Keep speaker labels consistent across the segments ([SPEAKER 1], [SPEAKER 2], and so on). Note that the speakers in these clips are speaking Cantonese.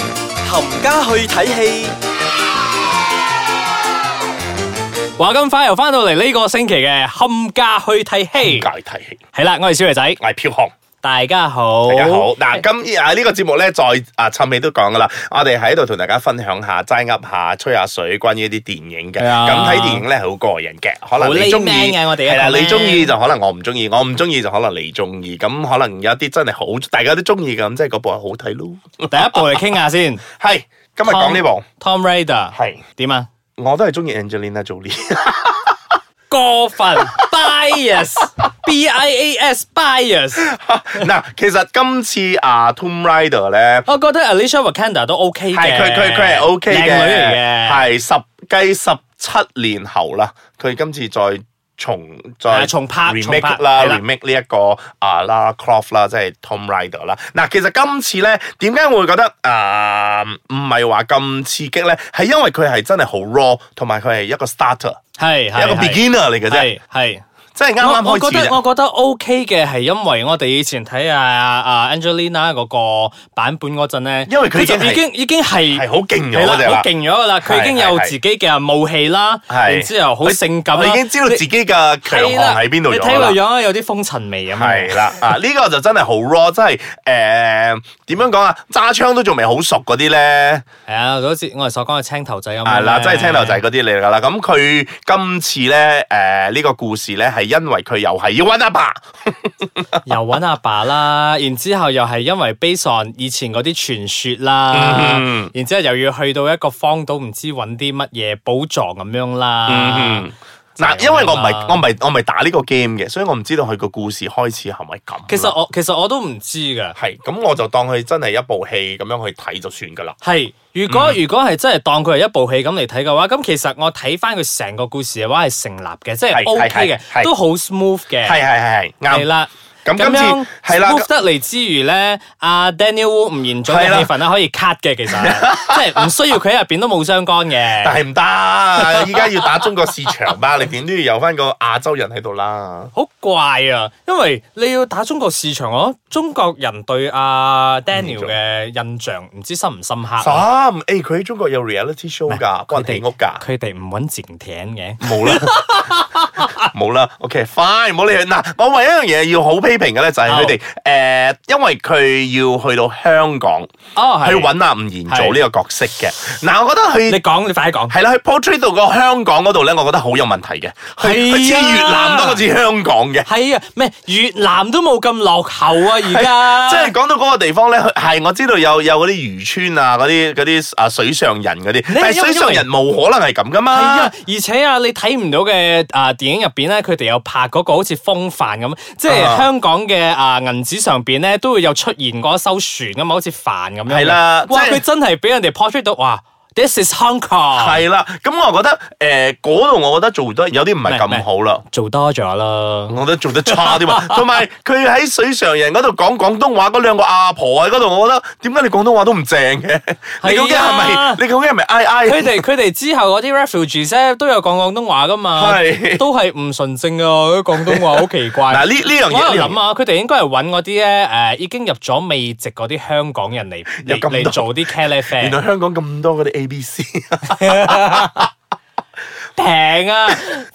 [SPEAKER 1] 冚家去睇戲。
[SPEAKER 2] 话咁快又翻到嚟呢個星期嘅冚家去睇戲，
[SPEAKER 3] 界提起，
[SPEAKER 2] 係啦，我係小肥仔，
[SPEAKER 3] 我係飄紅。
[SPEAKER 2] 大家好，
[SPEAKER 3] 大家好，嗱，今啊呢個節目咧，再啊趁尾都講噶啦，我哋喺度同大家分享下、齋噏下、吹下水，關於一啲電影嘅。
[SPEAKER 2] 係啊
[SPEAKER 3] 咁睇電影咧係好個人嘅，可
[SPEAKER 2] 好
[SPEAKER 3] 能你中意
[SPEAKER 2] layman 嘅我哋一個
[SPEAKER 3] 係啦，
[SPEAKER 2] 咩
[SPEAKER 3] 你中意就可能我唔中意，我唔中意就可能你中意，咁可能有一啲真係好，大家都中意咁，即係嗰部係好睇咯。
[SPEAKER 2] 第一部嚟傾下先
[SPEAKER 3] 係今日講呢部，
[SPEAKER 2] ，Tom Raider
[SPEAKER 3] 係
[SPEAKER 2] 點啊？
[SPEAKER 3] 我都係中意 Angelina Jolie，
[SPEAKER 2] 過分 bias，b i a s bias，
[SPEAKER 3] 嗱，其實今次啊 Tomb Raider 咧。
[SPEAKER 2] 我覺得 Alicia Vikander 都 OK 嘅，
[SPEAKER 3] 係佢佢佢係 O K 嘅，
[SPEAKER 2] 靚女嚟嘅，
[SPEAKER 3] 係十計十七年後啦，佢今次再重
[SPEAKER 2] 係啊
[SPEAKER 3] 再
[SPEAKER 2] 重拍重拍
[SPEAKER 3] remake 啦
[SPEAKER 2] 係啦
[SPEAKER 3] ，remake 呢一個啊 Lara Croft 啦，即係 Tom Rider 啦。嗱，其實今次咧，點解我會覺得啊唔係話咁刺激咧？係因為佢係真係好 raw，同埋佢係一個 starter，
[SPEAKER 2] 係係
[SPEAKER 3] 一個 beginner 嚟嘅啫，
[SPEAKER 2] 係係。
[SPEAKER 3] 即係啱
[SPEAKER 2] 我
[SPEAKER 3] 啱
[SPEAKER 2] 我
[SPEAKER 3] 開
[SPEAKER 2] 覺
[SPEAKER 3] 始啊
[SPEAKER 2] 得
[SPEAKER 3] 啫。
[SPEAKER 2] 我覺得 OK 嘅係因為我哋以前睇啊啊 Angelina 嗰個版本嗰陣咧，
[SPEAKER 3] 因為佢已經
[SPEAKER 2] 就已
[SPEAKER 3] 係
[SPEAKER 2] 經已經係
[SPEAKER 3] 係好勁咗
[SPEAKER 2] 係啦
[SPEAKER 3] 嗰隻啦
[SPEAKER 2] 好勁咗噶啦，佢已經
[SPEAKER 3] 係係
[SPEAKER 2] 有
[SPEAKER 3] 係
[SPEAKER 2] 自己嘅武器啦，
[SPEAKER 3] 係
[SPEAKER 2] 然之後好性感啦，
[SPEAKER 3] 我已經知道自己嘅強
[SPEAKER 2] 係啦
[SPEAKER 3] 項喺邊度
[SPEAKER 2] 你
[SPEAKER 3] 咗
[SPEAKER 2] 睇
[SPEAKER 3] 啦
[SPEAKER 2] 個。樣啊有啲風塵味咁樣。
[SPEAKER 3] 係啦，啊呢、個就真係好 raw，真係诶點樣講啊？揸槍都仲未好熟嗰啲咧，
[SPEAKER 2] 係啊，就好似我哋所講嘅青頭仔咁啊樣。
[SPEAKER 3] 係啦，啊真係青頭仔。嗰啲嚟㗎啦。咁佢今次咧诶呢個故事咧係因為佢又係要搵阿爸，
[SPEAKER 2] 又揾阿爸啦，然之後又係因為 base on 以前嗰啲傳說啦，
[SPEAKER 3] 嗯
[SPEAKER 2] 然之後又要去到一個荒島，唔知揾啲乜嘢寶藏咁樣啦。
[SPEAKER 3] 嗯
[SPEAKER 2] 就係
[SPEAKER 3] 嗱，
[SPEAKER 2] 咁
[SPEAKER 3] 因為我唔
[SPEAKER 2] 啦
[SPEAKER 3] 係啊我唔係我唔係打呢個 game 嘅，所以我唔知道佢個故事開始係咪咁啦。
[SPEAKER 2] 其實我其實我都唔知㗎。
[SPEAKER 3] 係咁，我就當佢真係一部戲咁樣去睇就算㗎啦。
[SPEAKER 2] 係，如果、
[SPEAKER 3] 嗯
[SPEAKER 2] 如果係真係當佢係一部戲咁嚟睇嘅話，咁其實我睇翻佢成個故事嘅話係成立嘅，即係
[SPEAKER 3] 係
[SPEAKER 2] OK
[SPEAKER 3] 係
[SPEAKER 2] 嘅，
[SPEAKER 3] 係
[SPEAKER 2] 都好 smooth 嘅。
[SPEAKER 3] 係係係係
[SPEAKER 2] 係
[SPEAKER 3] 啱。
[SPEAKER 2] 啦。
[SPEAKER 3] 咁今次
[SPEAKER 2] 樣
[SPEAKER 3] 係啦
[SPEAKER 2] smooth 得嚟之餘咧，阿 Daniel Wu 唔嚴重
[SPEAKER 3] 係
[SPEAKER 2] 嘅
[SPEAKER 3] 啦
[SPEAKER 2] 氣氛啦，可以 cut 嘅，其實 即係唔需要佢喺入邊都冇相干
[SPEAKER 3] 但
[SPEAKER 2] 嘅。
[SPEAKER 3] 係唔 得，依家要打中國市場吧，你點都要有翻個亞洲人喺度啦。
[SPEAKER 2] 好怪啊！因為你要打中國市場，我中國人對阿、Daniel 嘅印象唔知深唔深刻啊。
[SPEAKER 3] 三，誒佢喺中國有 reality show 㗎，關起屋㗎，
[SPEAKER 2] 佢哋唔揾靜艇嘅。
[SPEAKER 3] 冇啦，冇啦，OK，fine，唔好理佢。嗱，我唯一一樣嘢要好批評嘅咧，就係佢哋誒，因為佢要去到香港
[SPEAKER 2] 哦，係
[SPEAKER 3] 去揾阿吳彥祖呢個角色嘅。嗱，我覺
[SPEAKER 2] 你
[SPEAKER 3] 得佢
[SPEAKER 2] 講，你快啲講。
[SPEAKER 3] 係啦，佢 portray 到個香港嗰度咧，我覺得好有問題嘅，佢
[SPEAKER 2] 係啊
[SPEAKER 3] 佢似越南多過似香港嘅。
[SPEAKER 2] 係啊，咩越南都冇咁落後啊，而家
[SPEAKER 3] 即係講到嗰個地方咧，係我知道有有嗰啲漁村啊，嗰啲嗰啲啊水上人嗰啲，
[SPEAKER 2] 你
[SPEAKER 3] 但係
[SPEAKER 2] 因為
[SPEAKER 3] 水上人冇可能係咁噶
[SPEAKER 2] 係
[SPEAKER 3] 嘛
[SPEAKER 2] 啊。，而且啊，你睇唔到嘅啊電影入邊咧，佢哋有拍嗰個好似風帆咁，即係
[SPEAKER 3] 啊
[SPEAKER 2] 香港嘅啊銀紙上邊咧都會有出現嗰一艘船咁啊，好似帆咁樣嘅。
[SPEAKER 3] 係啦
[SPEAKER 2] 哇！
[SPEAKER 3] 即係
[SPEAKER 2] 佢真係俾人哋 portray 到，哇！This is Hong Kong，
[SPEAKER 3] 係啦，咁我覺得誒嗰度，我覺得做得有啲唔係咁好啦。
[SPEAKER 2] 做多咗啦。
[SPEAKER 3] 我覺得做得差啲嘛， 同埋佢喺水上人嗰度講廣東話嗰兩個阿婆喺嗰度，我覺得點解你廣東話都唔正 嘅？你究竟係咪？你究竟係咪 I I？
[SPEAKER 2] 啊佢 哋佢哋之後嗰啲 refugees 咧都有講廣東話噶嘛，
[SPEAKER 3] 係
[SPEAKER 2] 都係唔純正噶，嗰啲廣東話好奇怪。
[SPEAKER 3] 嗱呢呢樣
[SPEAKER 2] 我喺
[SPEAKER 3] 嘢
[SPEAKER 2] 度
[SPEAKER 3] 呢樣
[SPEAKER 2] 諗
[SPEAKER 3] 嘢，
[SPEAKER 2] 啊，佢哋應該係揾嗰啲咧誒已經入咗美籍嗰啲香港人嚟
[SPEAKER 3] 有
[SPEAKER 2] 嚟
[SPEAKER 3] 咁多
[SPEAKER 2] 嚟做啲 c a l i f
[SPEAKER 3] 原
[SPEAKER 2] a
[SPEAKER 3] 來香港咁多嗰啲 A B C，
[SPEAKER 2] 平啊，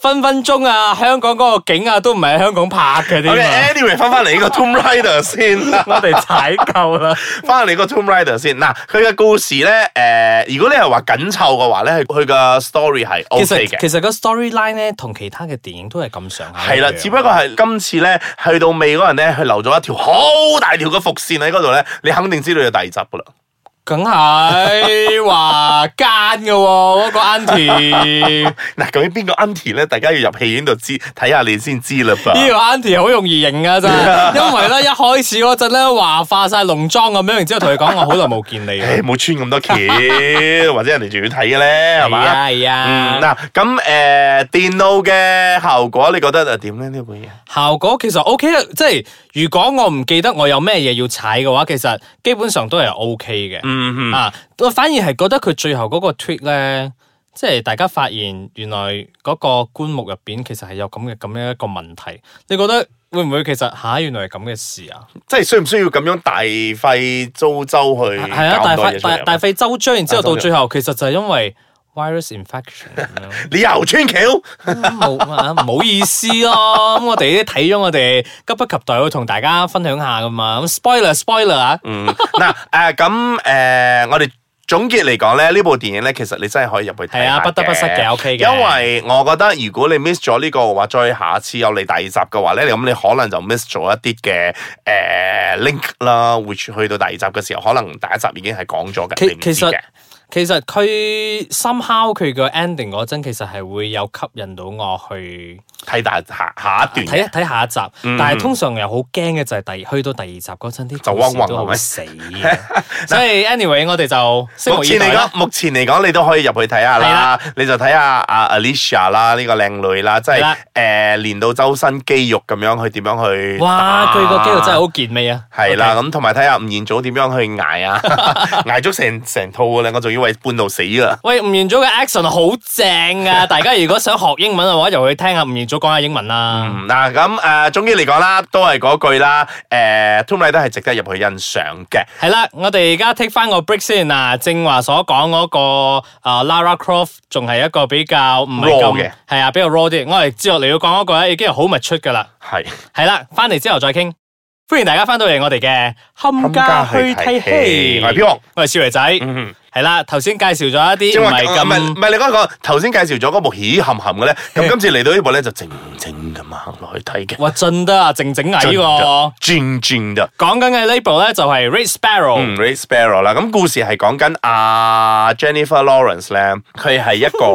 [SPEAKER 2] 分分鐘啊，香港嗰個景啊都唔係喺香港拍嘅添
[SPEAKER 3] OK，
[SPEAKER 2] 啊，
[SPEAKER 3] anyway，翻翻嚟呢個 Tomb Raider 先啦。
[SPEAKER 2] 我哋踩夠 啦。
[SPEAKER 3] 翻嚟個 Tomb Raider 先，嗱佢嘅故事咧，誒、如果你係話緊湊嘅話咧，佢嘅 story 係
[SPEAKER 2] 其
[SPEAKER 3] O K
[SPEAKER 2] 實
[SPEAKER 3] 嘅，
[SPEAKER 2] 其實個 storyline 咧同其他嘅電影都係啊咁上下一樣。
[SPEAKER 3] 係啦，只不過係今次咧去到尾嗰陣咧，佢留咗一條好大條嘅伏線喺嗰度咧，你肯定知道有第二集噶啦。
[SPEAKER 2] 梗 係話奸嘅喎，嗰個 auntie，呢
[SPEAKER 3] 嗱，究竟邊個 Auntie 咧？大家要入戲院度知睇下你先知啦 噃。
[SPEAKER 2] 個 auntie 好容易認啊 真係，因為咧一開始嗰陣咧話化晒濃妝咁樣，然之後同佢講我好耐冇見你啦
[SPEAKER 3] 誒冇穿咁 多橋，或者人哋仲要睇嘅咧， 係嘛？
[SPEAKER 2] 係啊
[SPEAKER 3] 嗯，
[SPEAKER 2] 係啊，
[SPEAKER 3] 嗱咁誒電腦嘅效果，你覺得誒點咧呢部嘢？
[SPEAKER 2] 效果其實 O K 啦，即係如果我唔記得我有咩嘢要踩嘅話，其實基本上都係 O K 嘅。
[SPEAKER 3] 嗯哼。
[SPEAKER 2] 啊，我反而係覺得佢最後嗰個 tweet 咧，即係大家發現原來嗰個棺木入邊其實係有咁嘅咁樣一個問題。你覺得會唔會其實吓原來係咁嘅事啊？
[SPEAKER 3] 即係需唔需要咁樣大費周周去搞
[SPEAKER 2] 係啊，大
[SPEAKER 3] 咁多嘢
[SPEAKER 2] 費
[SPEAKER 3] 出
[SPEAKER 2] 大
[SPEAKER 3] 嚟
[SPEAKER 2] 大
[SPEAKER 3] 啊？
[SPEAKER 2] 費周章，然之後
[SPEAKER 3] 大費
[SPEAKER 2] 到
[SPEAKER 3] 周章
[SPEAKER 2] 最後其實就係因為 virus infection 咁 樣。
[SPEAKER 3] 你又穿橋，
[SPEAKER 2] 冇啊，唔好意思咯。咁我哋啲睇咗，我哋急不及待去同大家分享下噶嘛。咁 spoiler spoiler 啊，
[SPEAKER 3] 嗯，嗱誒咁誒，我哋總結嚟講咧，呢部電影咧，其實你真係可以入去睇
[SPEAKER 2] 係啊，
[SPEAKER 3] 下
[SPEAKER 2] 不得不失嘅，OK 嘅。
[SPEAKER 3] 因為我覺得如果你 miss 咗呢個嘅話，再下次有你第二集嘅話咧，咁你可能就 miss 咗一啲嘅誒 link 啦，which 去到第二集嘅時候，可能第一集已經係講咗嘅，
[SPEAKER 2] 其
[SPEAKER 3] 你唔知
[SPEAKER 2] 其實
[SPEAKER 3] 嘅。
[SPEAKER 2] 其實佢 somehow 佢個 ending 嗰陣，其實係會有吸引到我去
[SPEAKER 3] 睇大下下一段
[SPEAKER 2] 睇一睇下一集。
[SPEAKER 3] 嗯
[SPEAKER 2] 但係通常又好驚嘅就係第去到第二集嗰陣啲
[SPEAKER 3] 就嗡
[SPEAKER 2] 故事
[SPEAKER 3] 嗡
[SPEAKER 2] 都
[SPEAKER 3] 係
[SPEAKER 2] 好
[SPEAKER 3] 咪
[SPEAKER 2] 死嘅。所以 anyway，我哋就拭
[SPEAKER 3] 目
[SPEAKER 2] 目以
[SPEAKER 3] 前
[SPEAKER 2] 待
[SPEAKER 3] 嚟
[SPEAKER 2] 啦。
[SPEAKER 3] 講，目前嚟講，你都可以入去睇
[SPEAKER 2] 係
[SPEAKER 3] 下啦
[SPEAKER 2] 啦。
[SPEAKER 3] 你就睇下阿 Alicia 啦，呢個靚女啦，即
[SPEAKER 2] 係
[SPEAKER 3] 係
[SPEAKER 2] 啦
[SPEAKER 3] 誒練到周身肌肉咁樣，去點樣去
[SPEAKER 2] 哇！
[SPEAKER 3] 打
[SPEAKER 2] 佢個肌肉真係好健美啊。
[SPEAKER 3] 係啦，咁同埋睇下吳彥祖點樣去 捱啊，捱足成成套嘅咧，我仲以為半路死啊啦。
[SPEAKER 2] 喂，吳彥祖嘅 action 好正啊！大家如果想學英文嘅話，就去聽下吳彥祖講下英文啦。
[SPEAKER 3] 嗯嗱咁誒，總結嚟講啦，都係嗰句啦，誒，Tomb Raider 係值得入去欣賞嘅。
[SPEAKER 2] 係啦，我哋而家 take 翻個 break 先嗱，正話所講嗰個啊 Lara Croft 仲係一個比較唔係
[SPEAKER 3] Raw 嘅
[SPEAKER 2] 咁係啊，比較 raw 啲。我哋之後嚟要講嗰個咧，已經係好密出噶啦。
[SPEAKER 3] 係，
[SPEAKER 2] 係啦，翻嚟之後再傾。歡迎大家翻到嚟我哋嘅冚家去睇戲。
[SPEAKER 3] 我係飄紅
[SPEAKER 2] 我係少爺仔。
[SPEAKER 3] 嗯，
[SPEAKER 2] 係啦，頭先介紹咗一啲
[SPEAKER 3] 正
[SPEAKER 2] 唔
[SPEAKER 3] 話
[SPEAKER 2] 係
[SPEAKER 3] 唔係唔
[SPEAKER 2] 咁
[SPEAKER 3] 係你嗰個頭先介紹咗嗰部喜含含嘅咧， 咁今次嚟到呢部咧就靜靜咁行落去睇嘅，
[SPEAKER 2] 哇進得啊，靜靜矮喎。
[SPEAKER 3] 轉轉嘅。
[SPEAKER 2] 講緊嘅呢部咧就係 Red Sparrow。
[SPEAKER 3] 嗯，Ray Sparrow 啦，咁故事係講緊阿 Jennifer Lawrence 咧，佢係一個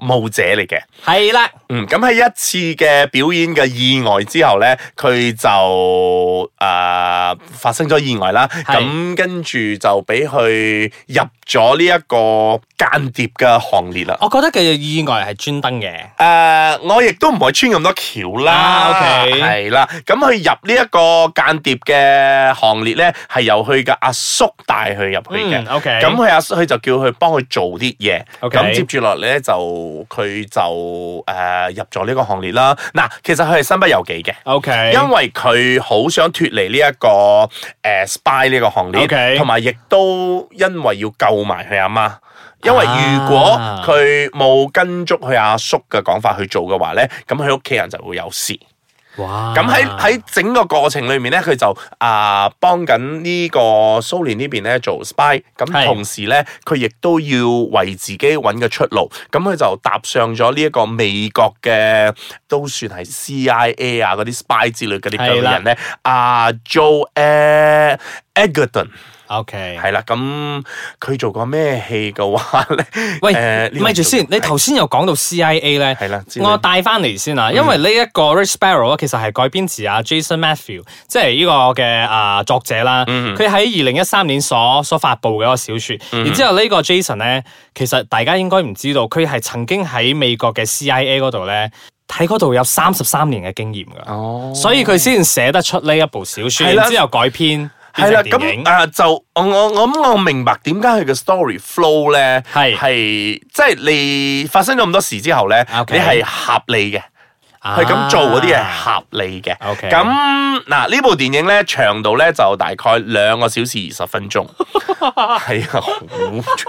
[SPEAKER 3] 舞者嚟嘅。
[SPEAKER 2] 系啦，
[SPEAKER 3] 嗯，咁喺一次嘅表演嘅意外之後咧，佢就誒、呃、發生咗意外啦。
[SPEAKER 2] 係
[SPEAKER 3] 咁跟住就俾佢入咗呢一個間諜嘅行列啦。誒、
[SPEAKER 2] 我覺得佢嘅意外係專登嘅，
[SPEAKER 3] 我亦都唔可以穿咁多橋啦。
[SPEAKER 2] 啊，OK
[SPEAKER 3] 係啦。咁佢入呢一個間諜嘅行列咧，係由佢嘅阿叔帶佢入去嘅。
[SPEAKER 2] 嗯，OK，
[SPEAKER 3] 咁佢阿叔佢就叫佢幫佢做啲嘢，咁
[SPEAKER 2] OK
[SPEAKER 3] 接住落嚟咧就佢就誒、呃入咗呢個行列啦。嗱，其實佢係身不由己嘅。
[SPEAKER 2] ，OK，
[SPEAKER 3] 因為佢好想脱離呢、一個誒、呃 spy 呢個行列，同
[SPEAKER 2] OK
[SPEAKER 3] 埋亦都因為要救埋佢阿媽。因為如果
[SPEAKER 2] 啊
[SPEAKER 3] 佢冇跟足佢阿叔嘅講法去做嘅話咧，咁佢屋企人就會有事。
[SPEAKER 2] 哇，
[SPEAKER 3] 咁喺喺整個過程裏面咧，佢就啊幫緊呢個蘇聯呢邊咧做 spy，咁
[SPEAKER 2] 係
[SPEAKER 3] 同時咧佢亦都要為自己揾個出路，咁佢就踏上咗呢一個美國嘅都算係 CIA 啊嗰啲 spy 之類嗰啲
[SPEAKER 2] 係
[SPEAKER 3] 嘅
[SPEAKER 2] 啦
[SPEAKER 3] 人咧，啊 Joe e d g e r t o n
[SPEAKER 2] OK，
[SPEAKER 3] 係啦，咁佢做過咩戲嘅話咧？誒
[SPEAKER 2] 喂
[SPEAKER 3] 呢，個
[SPEAKER 2] 咪住先
[SPEAKER 3] 做，
[SPEAKER 2] 你頭先又講到 CIA 咧，
[SPEAKER 3] 係啦嗯之類
[SPEAKER 2] 我帶翻嚟先啊，因為呢一個 Rich Sparrow 其實係改編自啊 Jason Matthew，即係呢個嘅啊作者啦，
[SPEAKER 3] 嗯
[SPEAKER 2] 佢喺二零一三年所所發布嘅一個小說，然之後呢個 Jason 咧，其實大家應該唔知道，佢係曾經喺美國嘅 CIA 嗰度咧，喺嗰度有三十三年嘅經驗㗎。
[SPEAKER 3] 哦。
[SPEAKER 2] 所以佢先寫得出呢一部小
[SPEAKER 3] 係
[SPEAKER 2] 說，
[SPEAKER 3] 啦
[SPEAKER 2] 然之後改編
[SPEAKER 3] 係
[SPEAKER 2] 變
[SPEAKER 3] 啦，
[SPEAKER 2] 成電影
[SPEAKER 3] 咁。啊就我我我咁我明白點解佢嘅 story flow 咧
[SPEAKER 2] 係
[SPEAKER 3] 係即係你發生咗咁多事之後咧
[SPEAKER 2] 啊 OK
[SPEAKER 3] 你係合理嘅，佢
[SPEAKER 2] 佢
[SPEAKER 3] 咁做嗰啲啊係合理嘅。
[SPEAKER 2] 啊 OK
[SPEAKER 3] 咁嗱呢部電影咧長度咧就大概兩個小時二十分 鐘，係啊好長，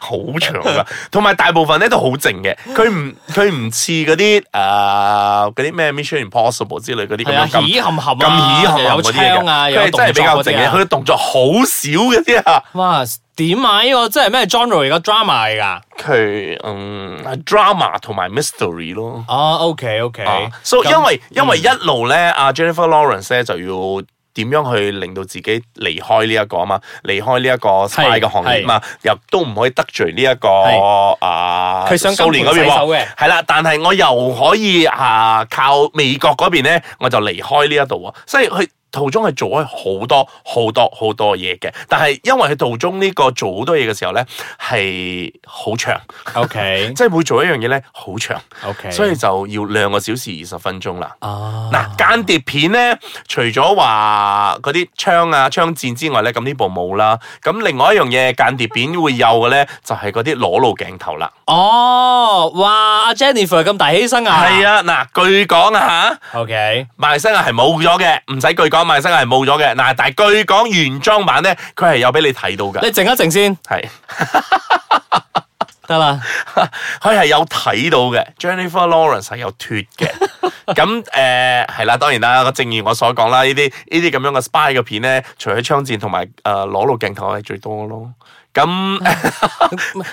[SPEAKER 3] 好長噶，同埋大部分咧都好靜嘅，佢唔佢唔似嗰啲誒啊嗰啲咩 Mission Impossible 之類嗰啲咁
[SPEAKER 2] 係啊，
[SPEAKER 3] 樣咁
[SPEAKER 2] 喜含含
[SPEAKER 3] 咁喜含
[SPEAKER 2] 有
[SPEAKER 3] 嗰啲嘢
[SPEAKER 2] 槍啊，
[SPEAKER 3] 嘅，
[SPEAKER 2] 有
[SPEAKER 3] 佢係真係比較靜嘅，
[SPEAKER 2] 嘅。
[SPEAKER 3] 佢嘅動作好少嘅啫啊！
[SPEAKER 2] 哇，點啊？呢個真係咩 genre 嚟噶？drama 嚟噶？
[SPEAKER 3] 佢嗯 drama 同埋 mystery 咯。
[SPEAKER 2] 哦，OK OK，嗯
[SPEAKER 3] 啊，so 因為因為一路咧，阿 Jennifer Lawrence 咧就要點樣去令到自己離開呢一個啊嘛，離開呢一個 spy
[SPEAKER 2] 係
[SPEAKER 3] 嘅行業嘛，又都唔可以得罪呢一個啊
[SPEAKER 2] 佢想
[SPEAKER 3] 蘇聯嗰
[SPEAKER 2] 金
[SPEAKER 3] 邊
[SPEAKER 2] 盆洗手
[SPEAKER 3] 喎
[SPEAKER 2] 嘅，
[SPEAKER 3] 係啦，但係我又可以啊靠美國嗰邊咧，我就離開呢一度喎，所以佢。途中係做開好多好多好多嘢嘅，但係因為佢途中呢個做好多嘢嘅時候咧係好長，
[SPEAKER 2] OK
[SPEAKER 3] 即係每做一樣嘢咧好長，
[SPEAKER 2] OK，
[SPEAKER 3] 所以就要兩個小時二十分鐘啦。
[SPEAKER 2] 啊
[SPEAKER 3] 嗱，間諜片咧，除咗話嗰啲槍啊、槍戰之外咧，咁呢部冇啦。咁另外一樣嘢間諜片會有嘅咧，就係嗰啲裸露鏡頭啦。
[SPEAKER 2] 哦，哇，阿 Jennifer 咁大犧牲啊，
[SPEAKER 3] 係啊，嗱，據講啊嚇，
[SPEAKER 2] ，OK，
[SPEAKER 3] 馬來西亞係冇咗嘅，唔使據講，馬來西亞係冇咗嘅。嗱，但係據講原裝版咧，佢係有俾你睇到
[SPEAKER 2] 你
[SPEAKER 3] 㗎，
[SPEAKER 2] 靜一靜先，
[SPEAKER 3] 係
[SPEAKER 2] 得啦，
[SPEAKER 3] 佢係有睇到嘅。Jennifer Lawrence 係有脱 嘅。咁誒係啦，當然啦，正如我所講啦，呢啲呢啲咁樣嘅 spy 嘅片咧，除咗槍戰同埋誒裸露鏡頭係最多咯。咁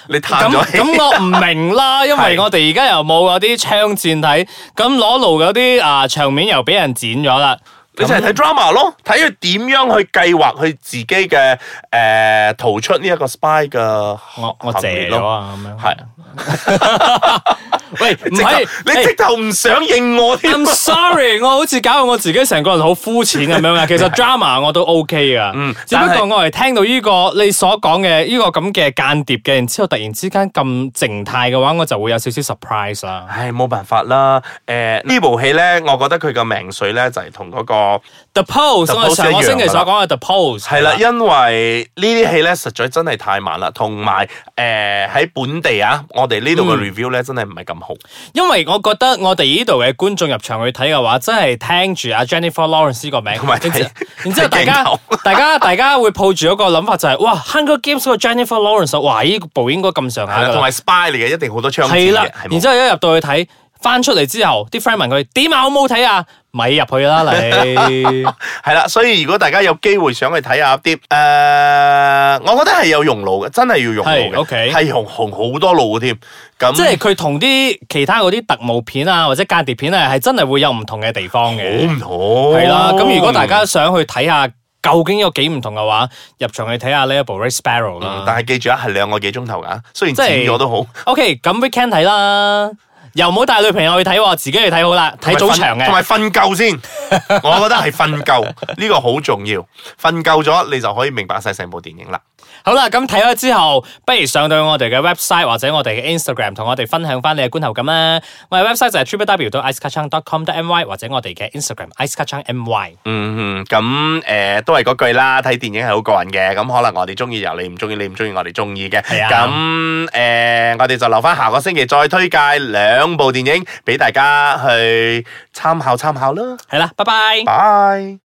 [SPEAKER 3] 你
[SPEAKER 2] 嗯咁
[SPEAKER 3] 嘆咗氣
[SPEAKER 2] 咁我唔明 啦，因為
[SPEAKER 3] 係
[SPEAKER 2] 我哋而家又冇嗰啲槍戰睇，咁裸露嗰啲啊場面又俾人剪咗啦，
[SPEAKER 3] 你就係睇 drama 咯，睇佢點樣去計劃佢自己嘅誒、呃逃出呢一個 spy 嘅
[SPEAKER 2] 我我
[SPEAKER 3] 行
[SPEAKER 2] 謝
[SPEAKER 3] 列
[SPEAKER 2] 咗
[SPEAKER 3] 咯，
[SPEAKER 2] 啊咁樣，
[SPEAKER 3] 係
[SPEAKER 2] 喂，唔
[SPEAKER 3] 直
[SPEAKER 2] 係
[SPEAKER 3] 頭你直頭唔想認我添
[SPEAKER 2] I'm sorry，我 好似搞到我自己成個人好膚淺咁樣啊。其實 drama 我都 OK 噶，
[SPEAKER 3] 嗯
[SPEAKER 2] 只不
[SPEAKER 3] 但係
[SPEAKER 2] 過我係聽到呢、個你所講嘅呢個咁嘅間諜嘅，然之後突然之間咁靜態嘅話，我就會有少少 surprise 啦。
[SPEAKER 3] 唉，冇辦法啦。誒、
[SPEAKER 2] 嗯
[SPEAKER 3] 呢部戲咧，我覺得佢嘅命水咧就係同嗰個
[SPEAKER 2] The Pose，
[SPEAKER 3] The
[SPEAKER 2] 我哋
[SPEAKER 3] Post
[SPEAKER 2] 上個星期
[SPEAKER 3] 一樣㗎
[SPEAKER 2] 所
[SPEAKER 3] 啦
[SPEAKER 2] 講嘅 The Pose
[SPEAKER 3] 係啦，因為呢啲戲咧實在真係太慢啦，同埋誒喺本地啊，我哋呢度
[SPEAKER 2] 嗯
[SPEAKER 3] 嘅 review 咧真係唔係咁好。
[SPEAKER 2] 因為我覺得我哋呢度嘅觀眾入場去睇嘅話，真係聽住阿 Jennifer Lawrence 呢個名，
[SPEAKER 3] 同埋
[SPEAKER 2] 然之
[SPEAKER 3] 睇
[SPEAKER 2] 然之後大
[SPEAKER 3] 睇
[SPEAKER 2] 家
[SPEAKER 3] 鏡頭
[SPEAKER 2] 大家大家會抱住一個諗法就係、哇，Hunger Games 個 Jennifer Lawrence，哇，呢部應該咁上下
[SPEAKER 3] 係
[SPEAKER 2] 㗎
[SPEAKER 3] 啦，
[SPEAKER 2] 啦
[SPEAKER 3] 同埋 spy 嚟嘅，一定好多槍戰
[SPEAKER 2] 係啦
[SPEAKER 3] 嘅，係，
[SPEAKER 2] 然
[SPEAKER 3] 冇
[SPEAKER 2] 之後一入到去睇，翻出嚟之後，啲 friend 問佢點啊，好唔好睇啊？咪入去啦 你，
[SPEAKER 3] 係啦，所以如果大家有機會想去睇下啲誒，呃我覺得係有用腦嘅，真係要用腦
[SPEAKER 2] 係，OK
[SPEAKER 3] 嘅，係用紅好多路嘅添。咁
[SPEAKER 2] 即係佢同啲其他嗰啲特務片啊或者間諜片啊，係真係會有唔同嘅地方嘅，
[SPEAKER 3] 好唔同
[SPEAKER 2] 係啦。咁如果大家想去睇下究竟有幾唔同嘅話，入場去睇下呢一部《Red Sparrow》
[SPEAKER 3] 嗯
[SPEAKER 2] 啦。
[SPEAKER 3] 但係記住啊，係兩個幾鐘頭㗎，雖然
[SPEAKER 2] 即係
[SPEAKER 3] 剪咗都好，
[SPEAKER 2] OK，咁 weekend 睇啦，又唔好帶女朋友去睇喎，自己去睇好啦，睇早場
[SPEAKER 3] 同
[SPEAKER 2] 嘅。
[SPEAKER 3] 埋瞓夠 先。我覺得係瞓夠呢個好重要，瞓夠咗你就可以明白晒成部電影啦。
[SPEAKER 2] 好啦，咁睇咗之後，不如上到我哋嘅 website 或者我哋嘅 Instagram 同我哋分享翻你嘅觀後感啦。我哋 website 就係 www.icekacang.com.my 或者我哋嘅 Instagram icekacangmy。
[SPEAKER 3] 嗯，咁誒、呃都係嗰句啦，睇電影係好個人嘅，咁可能我哋中意由你唔中意，你唔中意我哋中意嘅。
[SPEAKER 2] 係啊
[SPEAKER 3] 咁誒、呃我哋就留翻下個星期再推介兩部電影俾大家去參考參考啦。
[SPEAKER 2] 係啦，拜拜。
[SPEAKER 3] 拜。